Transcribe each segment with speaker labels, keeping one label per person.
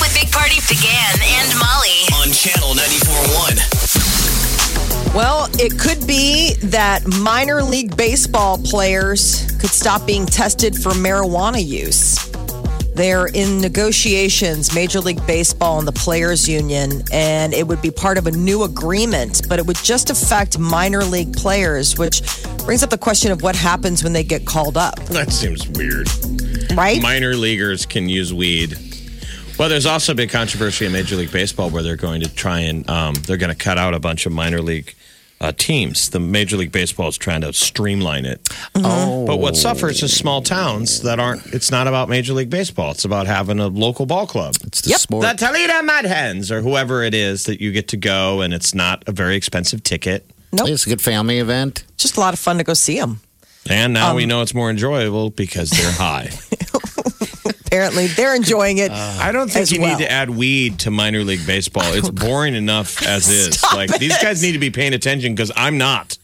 Speaker 1: with Big Party began and Molly.
Speaker 2: on channel 94.1.
Speaker 3: Well, it could be that minor league baseball players could stop being tested for marijuana use. They're in negotiations, Major League Baseball and the Players Union, and it would be part of a new agreement, but it would just affect minor league players, which brings up the question of what happens when they get called up,
Speaker 4: That seems weird.
Speaker 3: right?
Speaker 4: Minor leaguers can use weed. Well, there's also been controversy in Major League Baseball where they're going to try and um, they're going to cut out a bunch of minor league uh, teams. The Major League Baseball is trying to streamline it.
Speaker 5: Mm-hmm.
Speaker 4: Oh. But what suffers is small towns that aren't. It's not about Major League Baseball. It's about having a local ball club.
Speaker 5: It's the sport.
Speaker 4: The Toledo Mud Hens or whoever it is that you get to go, and it's not a very expensive ticket.
Speaker 3: nope.
Speaker 5: it's a good family event.
Speaker 3: Just a lot of fun to go see them.
Speaker 4: And now
Speaker 5: Um,
Speaker 4: we know it's more enjoyable because they're high.
Speaker 3: Apparently, they're enjoying it.
Speaker 4: I don't think
Speaker 3: as
Speaker 4: you
Speaker 3: well.
Speaker 4: need to add weed to minor league baseball. It's boring enough as is.
Speaker 3: Stop
Speaker 4: Like these
Speaker 3: it.
Speaker 4: guys need to be paying attention because I'm not.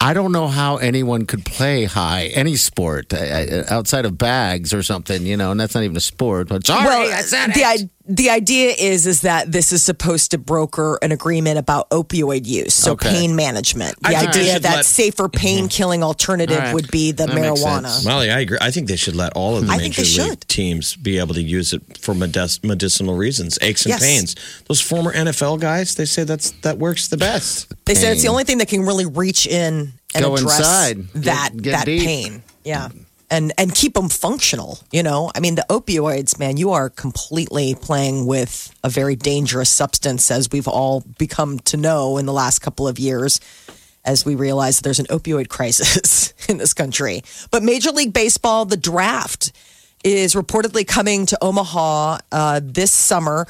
Speaker 5: I don't know how anyone could play high any sport I- I- outside of bags or something, you know, and that's not even a sport. But sorry,
Speaker 3: well, the I- the idea is is that this is supposed to broker an agreement about opioid use, so
Speaker 5: Okay.
Speaker 3: pain management. The
Speaker 4: I think they
Speaker 3: idea
Speaker 4: should
Speaker 3: that
Speaker 4: let-
Speaker 3: safer pain killing alternative
Speaker 5: All right.
Speaker 3: would be the
Speaker 5: That makes
Speaker 3: marijuana.
Speaker 5: sense.
Speaker 4: Molly, I agree. I think they should let all of the
Speaker 3: I think
Speaker 4: major
Speaker 3: they
Speaker 4: league
Speaker 3: should.
Speaker 4: teams be able to use it for medic- medicinal reasons, aches and
Speaker 3: Yes.
Speaker 4: pains. Those former NFL guys, they say that's that works the best.
Speaker 3: They said it's the
Speaker 5: Pain.
Speaker 3: only thing that can really reach in and
Speaker 5: Go
Speaker 3: address
Speaker 5: inside. Get-
Speaker 3: that
Speaker 5: get
Speaker 3: that
Speaker 5: deep.
Speaker 3: pain. Yeah. And and keep them functional, you know? I mean, the opioids, man, you are completely playing with a very dangerous substance as we've all become to know in the last couple of years as we realize there's an opioid crisis in this country. But Major League Baseball, the draft is reportedly coming to Omaha uh, this summer.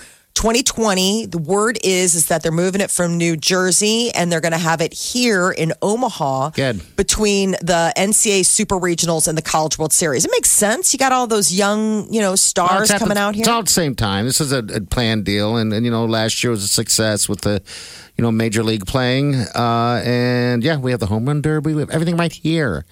Speaker 3: 2020. The word is is that they're moving it from New Jersey and they're going to have it here in Omaha.
Speaker 5: Good.
Speaker 3: Between the NCAA Super Regionals and the College World Series, it makes sense. You got all those young, you know, stars
Speaker 5: It's happened-
Speaker 3: coming out here.
Speaker 5: It's all at the same time. This is a, a planned deal, and, and you know, last year was a success with the, you know, major league playing, uh, and yeah, we have the home run derby. We have everything right here.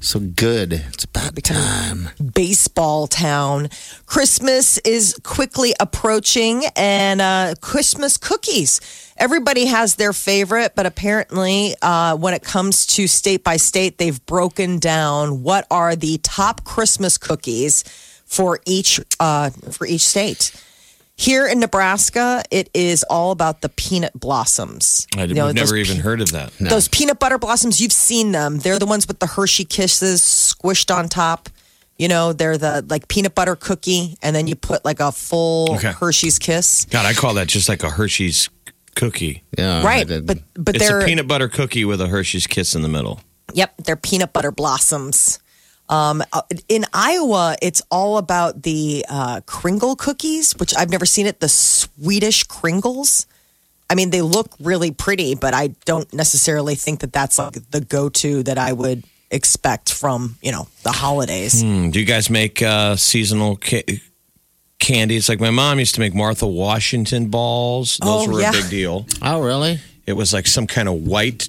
Speaker 5: So good. It's about time.
Speaker 3: baseball town. Christmas is quickly approaching, and uh, Christmas cookies. Everybody has their favorite, but apparently, uh, when it comes to state by state, they've broken down what are the top Christmas cookies for each uh, for each state. Here in Nebraska, it is all about the peanut blossoms.
Speaker 4: I
Speaker 3: You know,
Speaker 4: have
Speaker 3: those
Speaker 4: never even heard of that.
Speaker 3: those peanut butter blossoms, you've seen them. They're the ones with the Hershey kisses squished on top. You know, they're the like peanut butter cookie, and then you put like a full
Speaker 4: Okay.
Speaker 3: Hershey's kiss.
Speaker 4: God, I call that just like a Hershey's cookie.
Speaker 5: Yeah, Oh, I
Speaker 3: right.
Speaker 5: did-
Speaker 3: But but
Speaker 4: it's
Speaker 3: they're
Speaker 4: a peanut butter cookie with a Hershey's kiss in the middle.
Speaker 3: Yep, they're peanut butter blossoms. Um, uh, in Iowa, it's all about the uh, Kringle cookies, which I've never seen it. The Swedish Kringles. I mean, they look really pretty, but I don't necessarily think that that's like the go-to that I would expect from you know the holidays.
Speaker 4: Mm, Do you guys make uh, seasonal ca- candies? Like my mom used to make Martha Washington balls. Those
Speaker 3: Oh,
Speaker 4: were
Speaker 3: yeah.
Speaker 4: a big deal.
Speaker 5: oh, really?
Speaker 4: It was like some kind of white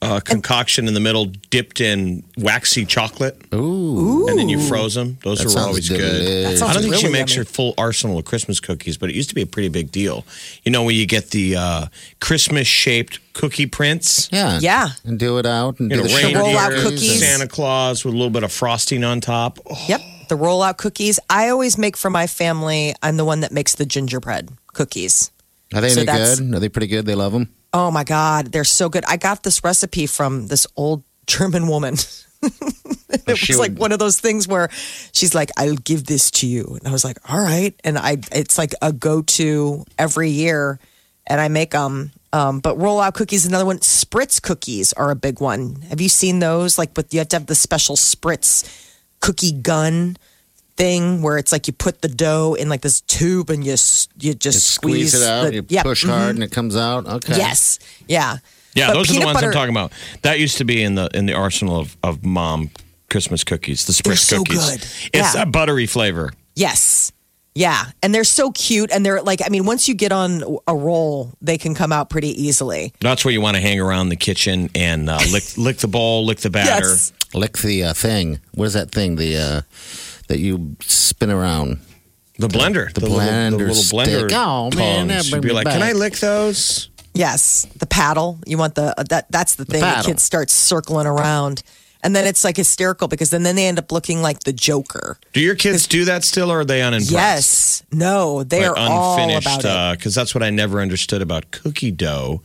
Speaker 4: uh, concoction in the middle, dipped in waxy chocolate,
Speaker 5: Ooh,
Speaker 4: and then you froze them. Those
Speaker 5: That
Speaker 4: were
Speaker 5: sounds
Speaker 4: always
Speaker 5: delicious.
Speaker 4: good.
Speaker 3: That
Speaker 4: I don't think
Speaker 3: sounds
Speaker 4: she
Speaker 3: really
Speaker 4: makes her
Speaker 3: yummy.
Speaker 4: full arsenal of Christmas cookies, but it used to be a pretty big deal. You know, when you get the uh, Christmas shaped cookie prints.
Speaker 5: yeah,
Speaker 3: Yeah.
Speaker 5: and do it out and
Speaker 4: You know,
Speaker 5: do the
Speaker 4: reindeer,
Speaker 3: roll out
Speaker 5: sugars and-
Speaker 3: cookies.
Speaker 4: Santa Claus with a little bit of frosting on top. Oh,
Speaker 3: Yep, the rollout cookies. I always make for my family. I'm the one that makes the gingerbread cookies.
Speaker 5: Are they
Speaker 3: So
Speaker 5: any
Speaker 3: that's-
Speaker 5: good? Are they pretty good? They love them.
Speaker 3: Oh my God, they're so good. I got this recipe from this old German woman. it was
Speaker 5: she
Speaker 3: like
Speaker 5: would-
Speaker 3: one of those things where she's like, I'll give this to you. And I was like, all right. And I, it's like a go to every year. And I make them. Um, but rollout cookies, is another one. Spritz cookies are a big one. Have you seen those? Like, with you have to have the special spritz cookie gun thing where it's like you put the dough in like this tube and you s- you just
Speaker 5: Squeeze, it out,
Speaker 3: the-
Speaker 5: you
Speaker 3: yep,
Speaker 5: push
Speaker 3: mhm,
Speaker 5: hard, and it comes out. Okay.
Speaker 3: Yes, yeah,
Speaker 4: Yeah,
Speaker 3: But
Speaker 4: those are the
Speaker 3: peanut
Speaker 4: ones I'm
Speaker 3: butter-
Speaker 4: talking about. That used to be in the in the arsenal of, of mom Christmas cookies, the Spritz
Speaker 3: so
Speaker 4: cookies.
Speaker 3: good.
Speaker 4: It's
Speaker 3: Yeah.
Speaker 4: a buttery flavor.
Speaker 3: Yes. Yeah. And they're so cute. And they're like, I mean, once you get on a roll, they can come out pretty easily.
Speaker 4: That's where you want to hang around the kitchen and uh, lick lick the bowl, lick the batter.
Speaker 3: Yes.
Speaker 5: Lick the uh, thing. What is that thing? The uh, that you spin around.
Speaker 4: The blender,
Speaker 5: The
Speaker 4: little, the
Speaker 5: blender
Speaker 4: little blender.
Speaker 5: stick. Oh, man, that
Speaker 4: tongs. You'd
Speaker 5: bring
Speaker 4: be
Speaker 5: me
Speaker 4: like, can
Speaker 5: back."
Speaker 4: I lick those?
Speaker 3: Yes. The paddle. You want the, uh, that, that's the thing. The,
Speaker 5: paddle.
Speaker 3: kid starts circling around. And then it's like hysterical because then, then they end up looking like the Joker.
Speaker 4: Do your kids do that still, or are they unimpressed?
Speaker 3: Yes. No, they
Speaker 4: like
Speaker 3: are all about
Speaker 4: unfinished uh, because that's what I never understood about cookie dough.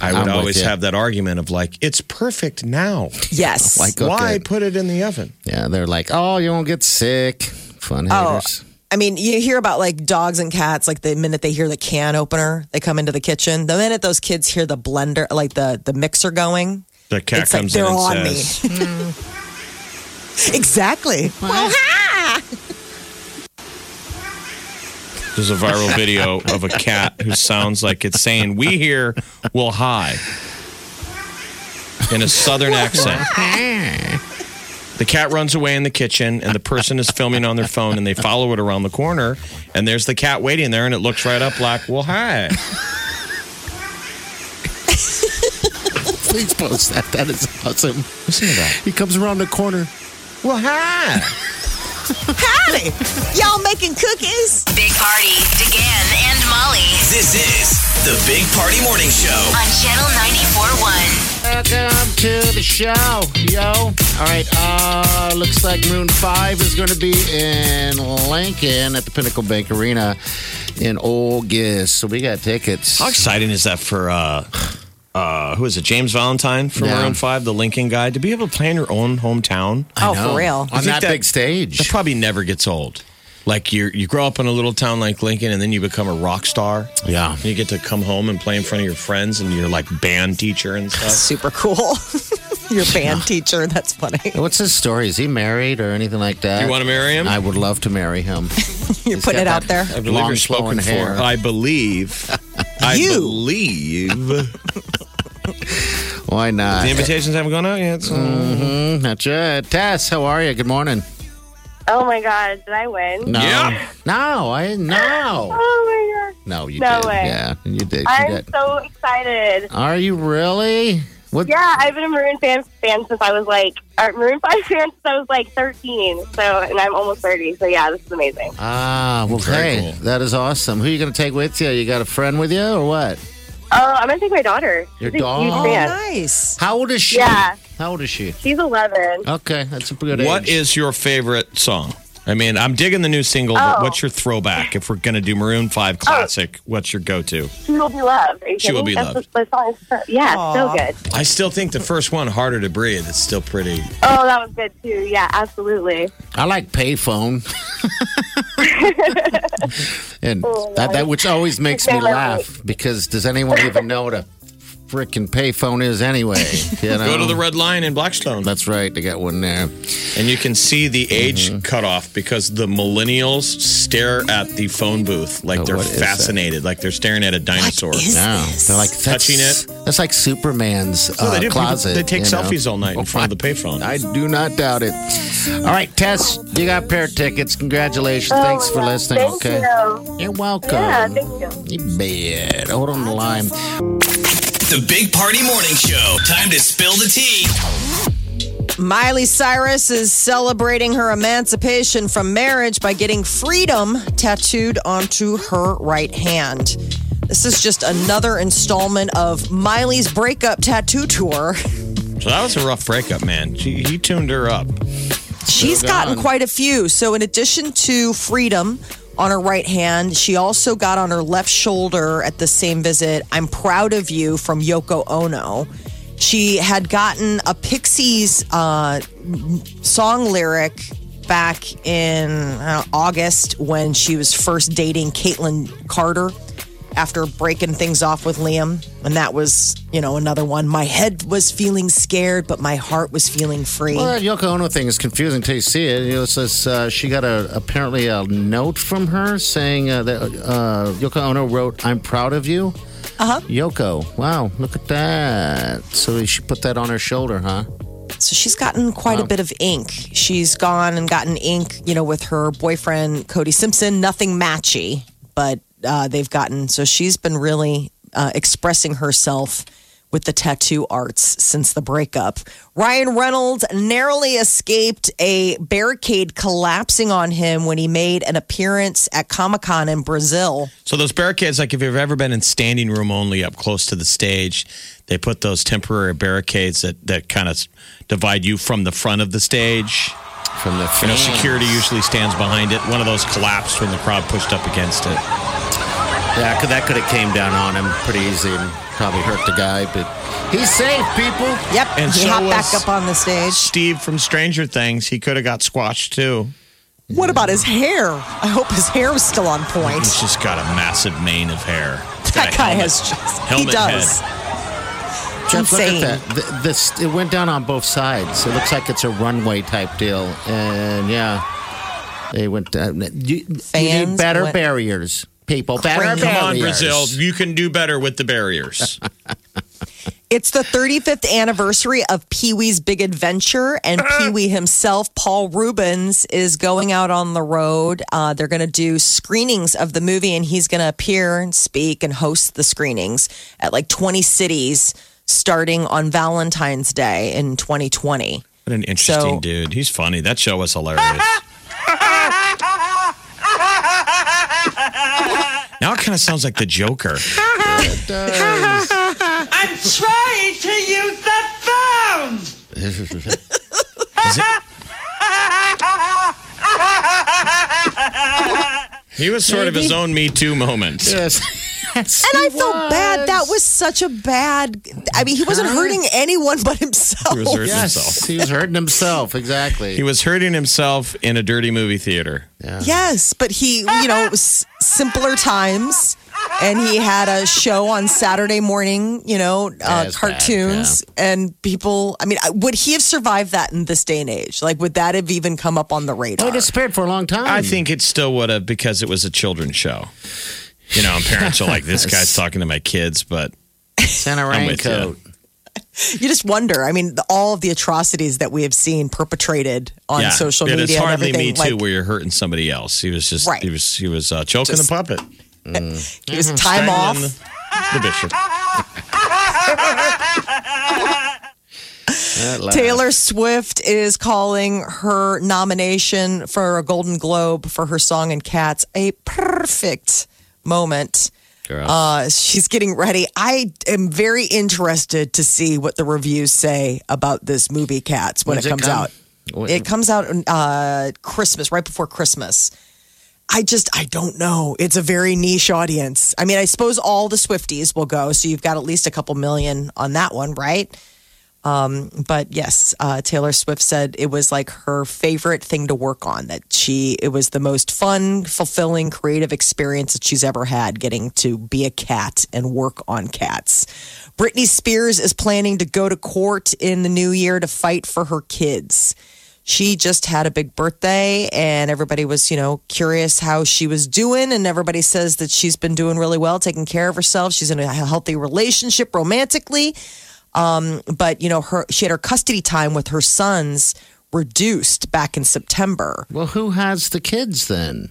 Speaker 4: I
Speaker 5: I'm
Speaker 4: would
Speaker 5: with
Speaker 4: always
Speaker 5: you.
Speaker 4: have that argument of like, it's perfect now.
Speaker 3: it. Yes.
Speaker 5: Like Cook
Speaker 4: Why
Speaker 5: it.
Speaker 4: put it in the oven?
Speaker 5: Yeah, they're like, oh, you won't get sick. Fun
Speaker 3: Oh,
Speaker 5: haters.
Speaker 3: I mean, you hear about like dogs and cats. Like the minute they hear the can opener, they come into the kitchen. The minute those kids hear the blender, like the the mixer going,
Speaker 4: The cat
Speaker 3: It's like
Speaker 4: comes
Speaker 3: they're
Speaker 4: in and
Speaker 3: on me.
Speaker 4: says,
Speaker 3: exactly. Well,
Speaker 4: There's a viral video of a cat who sounds like it's saying, We here will hi in a southern accent.
Speaker 3: Ah.
Speaker 4: The cat runs away in the kitchen, and the person is filming on their phone, and they follow it around the corner. And there's the cat waiting there, and it looks right up like, Well, hi.
Speaker 5: Please post that. That is awesome.
Speaker 4: Listen to that.
Speaker 5: He comes around the corner.
Speaker 4: Well, hi.
Speaker 3: howdy. Y'all making cookies?
Speaker 1: Big Party, DeGan and Molly
Speaker 2: This is the Big Party Morning Show.
Speaker 1: on Channel 94.1.
Speaker 5: Welcome to the show, yo. All right, uh, looks like Moon 5 is going to be in Lincoln at the Pinnacle Bank Arena in August. So we got tickets.
Speaker 3: Oh,
Speaker 4: How exciting is that for uh uh who is it? James Valentine from
Speaker 5: Yeah.
Speaker 4: Maroon Five, the Lincoln guy, to be able to play in your own hometown.
Speaker 3: oh, for real.
Speaker 5: On
Speaker 4: think
Speaker 5: that,
Speaker 4: that-
Speaker 5: big
Speaker 4: That
Speaker 5: stage.
Speaker 4: probably never gets old. Like you you grow up in a little town like Lincoln and then you become a rock star.
Speaker 5: Yeah.
Speaker 4: And you get to come home and play in front of your friends and you're like band teacher and stuff.
Speaker 3: Super cool. Your band teacher. That's funny.
Speaker 5: What's his story? Is he married or anything like that?
Speaker 4: You want to marry him?
Speaker 5: I would love to marry him.
Speaker 3: You're
Speaker 5: He's
Speaker 3: putting it
Speaker 5: got
Speaker 3: out there.
Speaker 5: that-
Speaker 4: believe
Speaker 5: long
Speaker 4: you're spoken
Speaker 5: flowing hair.
Speaker 4: for. I believe. I
Speaker 3: You.
Speaker 4: believe. the
Speaker 5: Why not?
Speaker 4: invitations haven't gone out yet. So.
Speaker 5: That's it. Tess, how are you? Good morning.
Speaker 6: Oh my god, did I win?
Speaker 5: No.
Speaker 4: Yeah.
Speaker 5: No, I no.
Speaker 6: Oh my god.
Speaker 5: No, you
Speaker 6: No
Speaker 5: did.
Speaker 6: way.
Speaker 5: Yeah, you did. You
Speaker 6: I'm
Speaker 5: did.
Speaker 6: so excited.
Speaker 5: Are you really? What?
Speaker 6: Yeah, I've been a Maroon fan, fan since I was like, or Maroon 5 fan since I was like 13. So, and I'm almost 30. So, yeah, this is amazing.
Speaker 5: Ah, well,
Speaker 4: Very
Speaker 5: hey,
Speaker 4: cool.
Speaker 5: that is awesome. Who you going to take with you? You got a friend with you or what?
Speaker 6: Oh, I'm going to take my daughter.
Speaker 5: Your
Speaker 6: She's a huge
Speaker 5: dog?
Speaker 6: fan.
Speaker 3: Nice.
Speaker 5: How old is she?
Speaker 6: Yeah.
Speaker 5: How old is she?
Speaker 6: She's 11.
Speaker 5: Okay, that's a good
Speaker 4: What
Speaker 5: age.
Speaker 4: is your favorite song? I mean, I'm digging the new single, but
Speaker 6: Oh.
Speaker 4: what's your throwback? If we're going to do Maroon 5 classic, what's your go to?
Speaker 6: She will be loved. Are you
Speaker 4: She will be
Speaker 6: kidding? That's
Speaker 4: loved.
Speaker 6: The, the song is so, yeah, so good.
Speaker 4: I still think the first one, Harder to Breathe, it's still pretty.
Speaker 6: Oh, that was good too. Yeah, absolutely.
Speaker 5: I like payphone. and that, that which always makes me
Speaker 6: Just say my
Speaker 5: laugh because does anyone even know what a freaking payphone is anyway? You know?
Speaker 4: Go to the Red Lion in Blackstone.
Speaker 5: That's right. They got one there.
Speaker 4: And you can see the age
Speaker 5: Mm-hmm.
Speaker 4: cutoff because the millennials stare at the phone booth like
Speaker 5: Oh,
Speaker 4: they're
Speaker 5: what is that?
Speaker 4: fascinated, like they're staring at a dinosaur.
Speaker 3: is-
Speaker 5: No, Oh, they're like that's,
Speaker 4: Touching it.
Speaker 5: That's like Superman's
Speaker 4: That's what
Speaker 5: uh,
Speaker 4: they do. People-
Speaker 5: closet.
Speaker 4: they take
Speaker 5: you know? Oh,
Speaker 4: selfies all night in front of the payphone.
Speaker 5: I do not doubt it. All right, Tess, you got a pair of tickets. Congratulations.
Speaker 6: Oh
Speaker 5: Thanks
Speaker 6: my
Speaker 5: for
Speaker 6: God.
Speaker 5: listening.
Speaker 6: Thank
Speaker 5: okay.
Speaker 6: you.
Speaker 5: You're welcome.
Speaker 6: Yeah, thank you.
Speaker 5: you bet. Hold on the line.
Speaker 2: The Big Party Morning Show. Time to spill the tea.
Speaker 3: Miley Cyrus is celebrating her emancipation from marriage by getting freedom tattooed onto her right hand. This is just another installment of Miley's breakup tattoo tour.
Speaker 4: So that was a rough breakup, man. She, he tuned her up.
Speaker 3: She's gotten
Speaker 5: gone.
Speaker 3: quite a few. So, in addition to freedom on her right hand, she also got on her left shoulder at the same visit, I'm proud of you from Yoko Ono. She had gotten a Pixies uh, m- song lyric uh, back in I don't know, August when she was first dating Caitlyn Carter. after breaking things off with Liam. And that was, you know, another one. My head was feeling scared, but my heart was feeling free.
Speaker 5: Well, that Yoko Ono thing is confusing until you see it. You know, it says uh, she got a apparently a note from her saying uh, that uh, Yoko Ono wrote, "I'm proud of you."
Speaker 3: Uh-huh.
Speaker 5: Yoko, wow, look at that. So she put that on her shoulder, huh?
Speaker 3: So she's gotten quite a bit of ink. She's gone and gotten ink, you know, with her boyfriend Cody Simpson. Nothing matchy, but uh, they've gotten. So she's been really uh, expressing herself with the tattoo arts since the breakup. Ryan Reynolds narrowly escaped a barricade collapsing on him when he made an appearance at Comic Con in Brazil.
Speaker 4: So those barricades, like if you've ever been in standing room only up close to the stage, they put those temporary barricades that, that kind of divide you from the front of the stage.
Speaker 5: From the
Speaker 4: You know,
Speaker 5: fans.
Speaker 4: security usually stands behind it. One of those collapsed when the crowd pushed up against it.
Speaker 5: Yeah, 'cause that could have came down on him pretty easy and probably hurt the guy, but he's safe, people.
Speaker 3: Yep,
Speaker 4: And
Speaker 3: he
Speaker 4: so
Speaker 3: hopped back
Speaker 4: was-
Speaker 3: up on the stage.
Speaker 4: Steve from Stranger Things, he could have got squashed too.
Speaker 3: What about his hair? I hope his hair was still on point.
Speaker 4: He's just got a massive mane of hair. He's got
Speaker 3: That
Speaker 4: a
Speaker 3: guy
Speaker 4: helmet-
Speaker 3: has just.
Speaker 4: helmet
Speaker 3: he does.
Speaker 4: head.
Speaker 5: Jeff, look
Speaker 3: Insane.
Speaker 5: at that. Th this it went down on both sides. It looks like it's a runway type deal, and yeah, they went. Down. You, you need
Speaker 3: Fans
Speaker 5: better
Speaker 3: went-
Speaker 5: barriers, people. Better
Speaker 3: Crazy.
Speaker 4: Come on,
Speaker 5: barriers.
Speaker 4: Brazil. You can do better with the barriers.
Speaker 3: It's the 35th anniversary of Pee Wee's Big Adventure, and
Speaker 4: Uh-huh.
Speaker 3: Pee Wee himself, Paul Rubens, is going out on the road. Uh, they're going to do screenings of the movie, and he's going to appear and speak and host the screenings at like 20 cities starting on Valentine's Day in 2020.
Speaker 4: What an interesting
Speaker 3: So-
Speaker 4: dude. He's funny. That show was hilarious. now it kind of sounds like the Joker.
Speaker 7: I'm trying to use the phone!
Speaker 4: Is it- he was sort of his own Me Too moment.
Speaker 5: Yes.
Speaker 3: And I felt bad. That was such a bad. I mean, he wasn't hurting anyone but himself.
Speaker 4: He was hurting
Speaker 5: Yes,
Speaker 4: himself.
Speaker 5: he was hurting himself. Exactly.
Speaker 4: He was hurting himself in a dirty movie theater.
Speaker 3: Yes, but he, you know, it was simpler times. And he had a show on Saturday morning, you know, uh,
Speaker 5: it's bad,
Speaker 3: cartoons. And people, I mean, I- would he have survived that in this day and age? Like, would that have even come up on the radar?
Speaker 5: Oh, he disappeared for a long time.
Speaker 3: Hmm.
Speaker 4: I think it still would have because it was a children's show. You know, and parents are like, this guy's talking to my kids, but
Speaker 5: Santa
Speaker 4: I'm with
Speaker 5: raincoat.
Speaker 3: you just wonder. I mean, the, all of the atrocities that we have seen perpetrated on
Speaker 4: yeah,
Speaker 3: social
Speaker 4: it
Speaker 3: media.
Speaker 4: is hardly
Speaker 3: and
Speaker 4: Me
Speaker 3: everything,
Speaker 4: Too
Speaker 3: like,
Speaker 4: where you're hurting somebody else. He was just,
Speaker 3: Right.
Speaker 4: he was, he was uh, choking
Speaker 3: Just
Speaker 4: the puppet.
Speaker 3: He was time off.
Speaker 4: Strangling The, the bishop.
Speaker 5: At last.
Speaker 3: Taylor Swift is calling her nomination for a Golden Globe for her song in Cats a perfect moment.
Speaker 5: Gross.
Speaker 3: Uh, she's getting ready. I am very interested to see what the reviews say about this movie, Cats, when
Speaker 5: When's
Speaker 3: it
Speaker 5: it
Speaker 3: comes
Speaker 5: come?
Speaker 3: out. It comes out uh, Christmas, right before Christmas. I just, I don't know. It's a very niche audience. I mean, I suppose all the Swifties will go. So you've got at least a couple million on that one, right? but yes, uh, Taylor Swift said it was like her favorite thing to work on. That she, it was the most fun, fulfilling, creative experience that she's ever had, getting to be a cat and work on cats. Britney Spears is planning to go to court in the new year to fight for her kids. She just had a big birthday, and everybody was, you know, curious how she was doing. And everybody says that she's been doing really well, taking care of herself. She's in a healthy relationship romantically but you know her she had her custody time with her sons reduced back in September.
Speaker 5: Well, who has the kids then?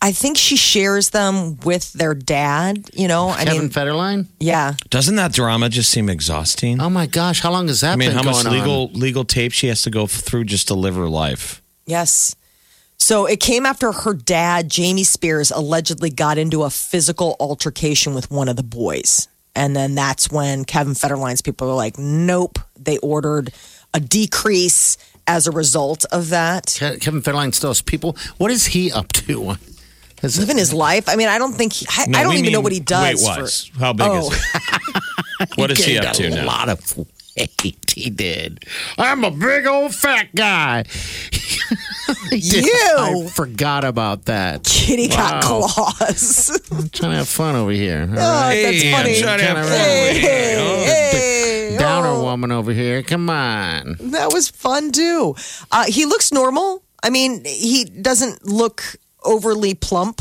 Speaker 3: I think she shares them with their dad, you know. I
Speaker 5: Kevin
Speaker 3: mean,
Speaker 5: Federline?
Speaker 3: yeah.
Speaker 4: Doesn't that drama just seem exhausting?
Speaker 5: Oh my gosh, how long has that
Speaker 4: I mean,
Speaker 5: been
Speaker 4: how much
Speaker 5: going on?
Speaker 4: legal legal tape she has to go through just to live her life?
Speaker 3: Yes. So it came after her dad, Jamie Spears, allegedly got into a physical altercation with one of the boys. And then that's when Kevin Federline's people were like, nope. They ordered a decrease as a result of that.
Speaker 5: Ke- Kevin Federline still has people. What is he up to? Is it-
Speaker 3: Even his life. I mean, I don't think, I, I
Speaker 4: No,
Speaker 3: don't
Speaker 4: we
Speaker 3: even know
Speaker 4: mean
Speaker 3: what he does. for-
Speaker 4: Weight-wise. how big
Speaker 3: Oh.
Speaker 4: is it? What is he
Speaker 5: gained
Speaker 4: up to
Speaker 5: a
Speaker 4: now?
Speaker 5: lot of weight. He did. I'm a big old fat guy. I
Speaker 3: You.
Speaker 5: forgot about that.
Speaker 3: Kitty got
Speaker 5: Wow.
Speaker 3: claws. Oh,
Speaker 5: I'm trying to have fun over here. All right.
Speaker 3: That's
Speaker 4: Hey, I'm
Speaker 3: funny.
Speaker 4: trying to have
Speaker 5: Kinda
Speaker 4: fun.
Speaker 5: right.
Speaker 4: Oh,
Speaker 3: Hey,
Speaker 5: Downer
Speaker 3: oh,
Speaker 5: woman over here. Come on.
Speaker 3: That was fun too. Uh, he looks normal. I mean, he doesn't look overly plump.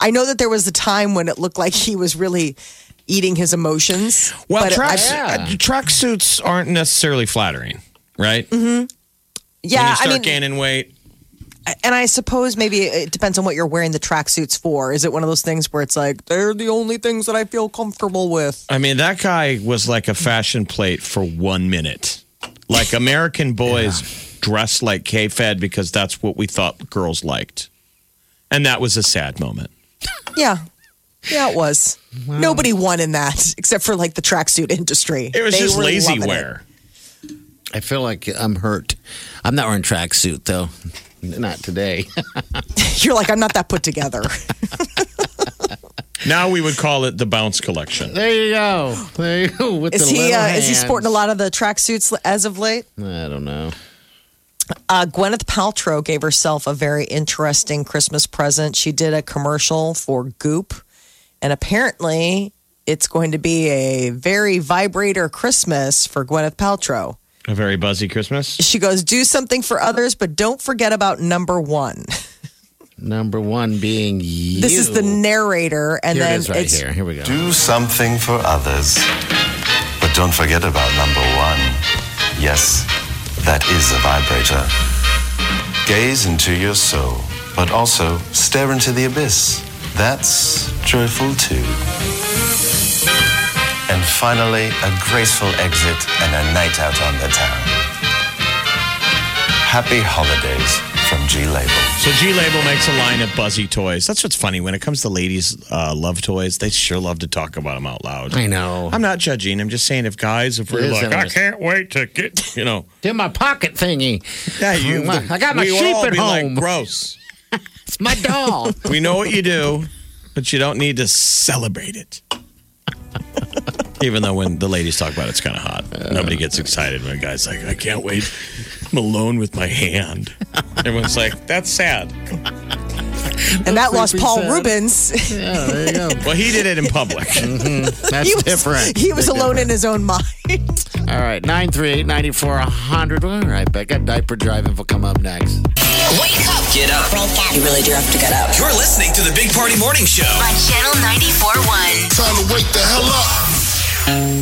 Speaker 3: I know that there was a time when it looked like he was really eating his emotions.
Speaker 4: Well,
Speaker 3: but
Speaker 4: track,
Speaker 3: I,
Speaker 5: Yeah.
Speaker 4: uh, track suits aren't necessarily flattering, right? When
Speaker 3: yeah,
Speaker 4: you
Speaker 3: I
Speaker 4: start
Speaker 3: mean,
Speaker 4: gaining weight,
Speaker 3: and I suppose maybe it depends on what you're wearing the tracksuits for. Is it one of those things where it's like they're the only things that I feel comfortable with?
Speaker 4: I mean, that guy was like a fashion plate for one minute. Like American boys dressed like K-Fed because that's what we thought girls liked. And that was a sad moment.
Speaker 3: Yeah. Yeah, it was. Nobody won in that except for like the tracksuit industry.
Speaker 4: It was
Speaker 3: They
Speaker 4: just
Speaker 3: were
Speaker 4: lazy
Speaker 3: loving it.
Speaker 4: wear.
Speaker 5: I feel like I'm hurt. I'm not wearing tracksuit though. Not today.
Speaker 3: You're like, I'm not that put together.
Speaker 4: Now we would call it the bounce collection.
Speaker 5: there you go. There you go. With
Speaker 3: Is
Speaker 5: the
Speaker 3: he
Speaker 5: little
Speaker 3: uh, is he
Speaker 5: hands. Mm.
Speaker 3: sporting a lot of the tracksuits as of late?
Speaker 5: I don't know.
Speaker 3: Uh, Gwyneth Paltrow gave herself a very interesting Christmas present. She did a commercial for Goop, and apparently it's going to be a very vibrator Christmas for Gwyneth Paltrow.
Speaker 4: A very buzzy Christmas.
Speaker 3: She goes, "Do something for others, but don't forget about number one."
Speaker 5: Number one being you.
Speaker 3: This is the narrator, and
Speaker 5: Here it
Speaker 3: then
Speaker 5: is right
Speaker 3: it's
Speaker 5: here. Here we go.
Speaker 8: Do something for others, but don't forget about number one. Yes, that is a vibrator. Gaze into your soul, but also stare into the abyss. That's joyful too. And finally, a graceful exit and a night out on the town. Happy holidays from G Label.
Speaker 4: So G Label makes a line of buzzy toys. That's what's funny when it comes to ladies' uh, love toys. They sure love to talk about them out loud.
Speaker 5: I know.
Speaker 4: I'm not judging. I'm just saying if guys, if
Speaker 5: It
Speaker 4: we're
Speaker 5: is
Speaker 4: like, I
Speaker 5: interesting.
Speaker 4: can't wait to get, you know,
Speaker 5: in my pocket thingy.
Speaker 4: yeah, you,
Speaker 5: I got my
Speaker 4: we would
Speaker 5: sheep
Speaker 4: all
Speaker 5: at
Speaker 4: be like,
Speaker 5: home.
Speaker 4: Gross.
Speaker 5: It's my doll.
Speaker 4: We know what you do, but you don't need to celebrate it. Even though when the ladies talk about it, it's kind of hot. Nobody gets excited when a guy's like, I can't wait. I'm alone with my hand. Everyone's like, that's sad.
Speaker 3: and that lost
Speaker 5: creepy
Speaker 3: Paul
Speaker 5: sad.
Speaker 3: Rubens.
Speaker 5: yeah, there you go. Hmm,
Speaker 4: Well, he did it in public.
Speaker 5: That's
Speaker 3: he was
Speaker 5: different.
Speaker 3: he was
Speaker 5: Big
Speaker 3: alone
Speaker 5: difference.
Speaker 3: in his own mind.
Speaker 5: All right, 938 9400. All right, Becca, diaper driving will come up next.
Speaker 1: Wake up
Speaker 2: Get up.
Speaker 9: You really do have to get up.
Speaker 2: You're listening to the Big Party Morning Show.
Speaker 1: on Channel 94.1.
Speaker 10: Time to wake the hell up.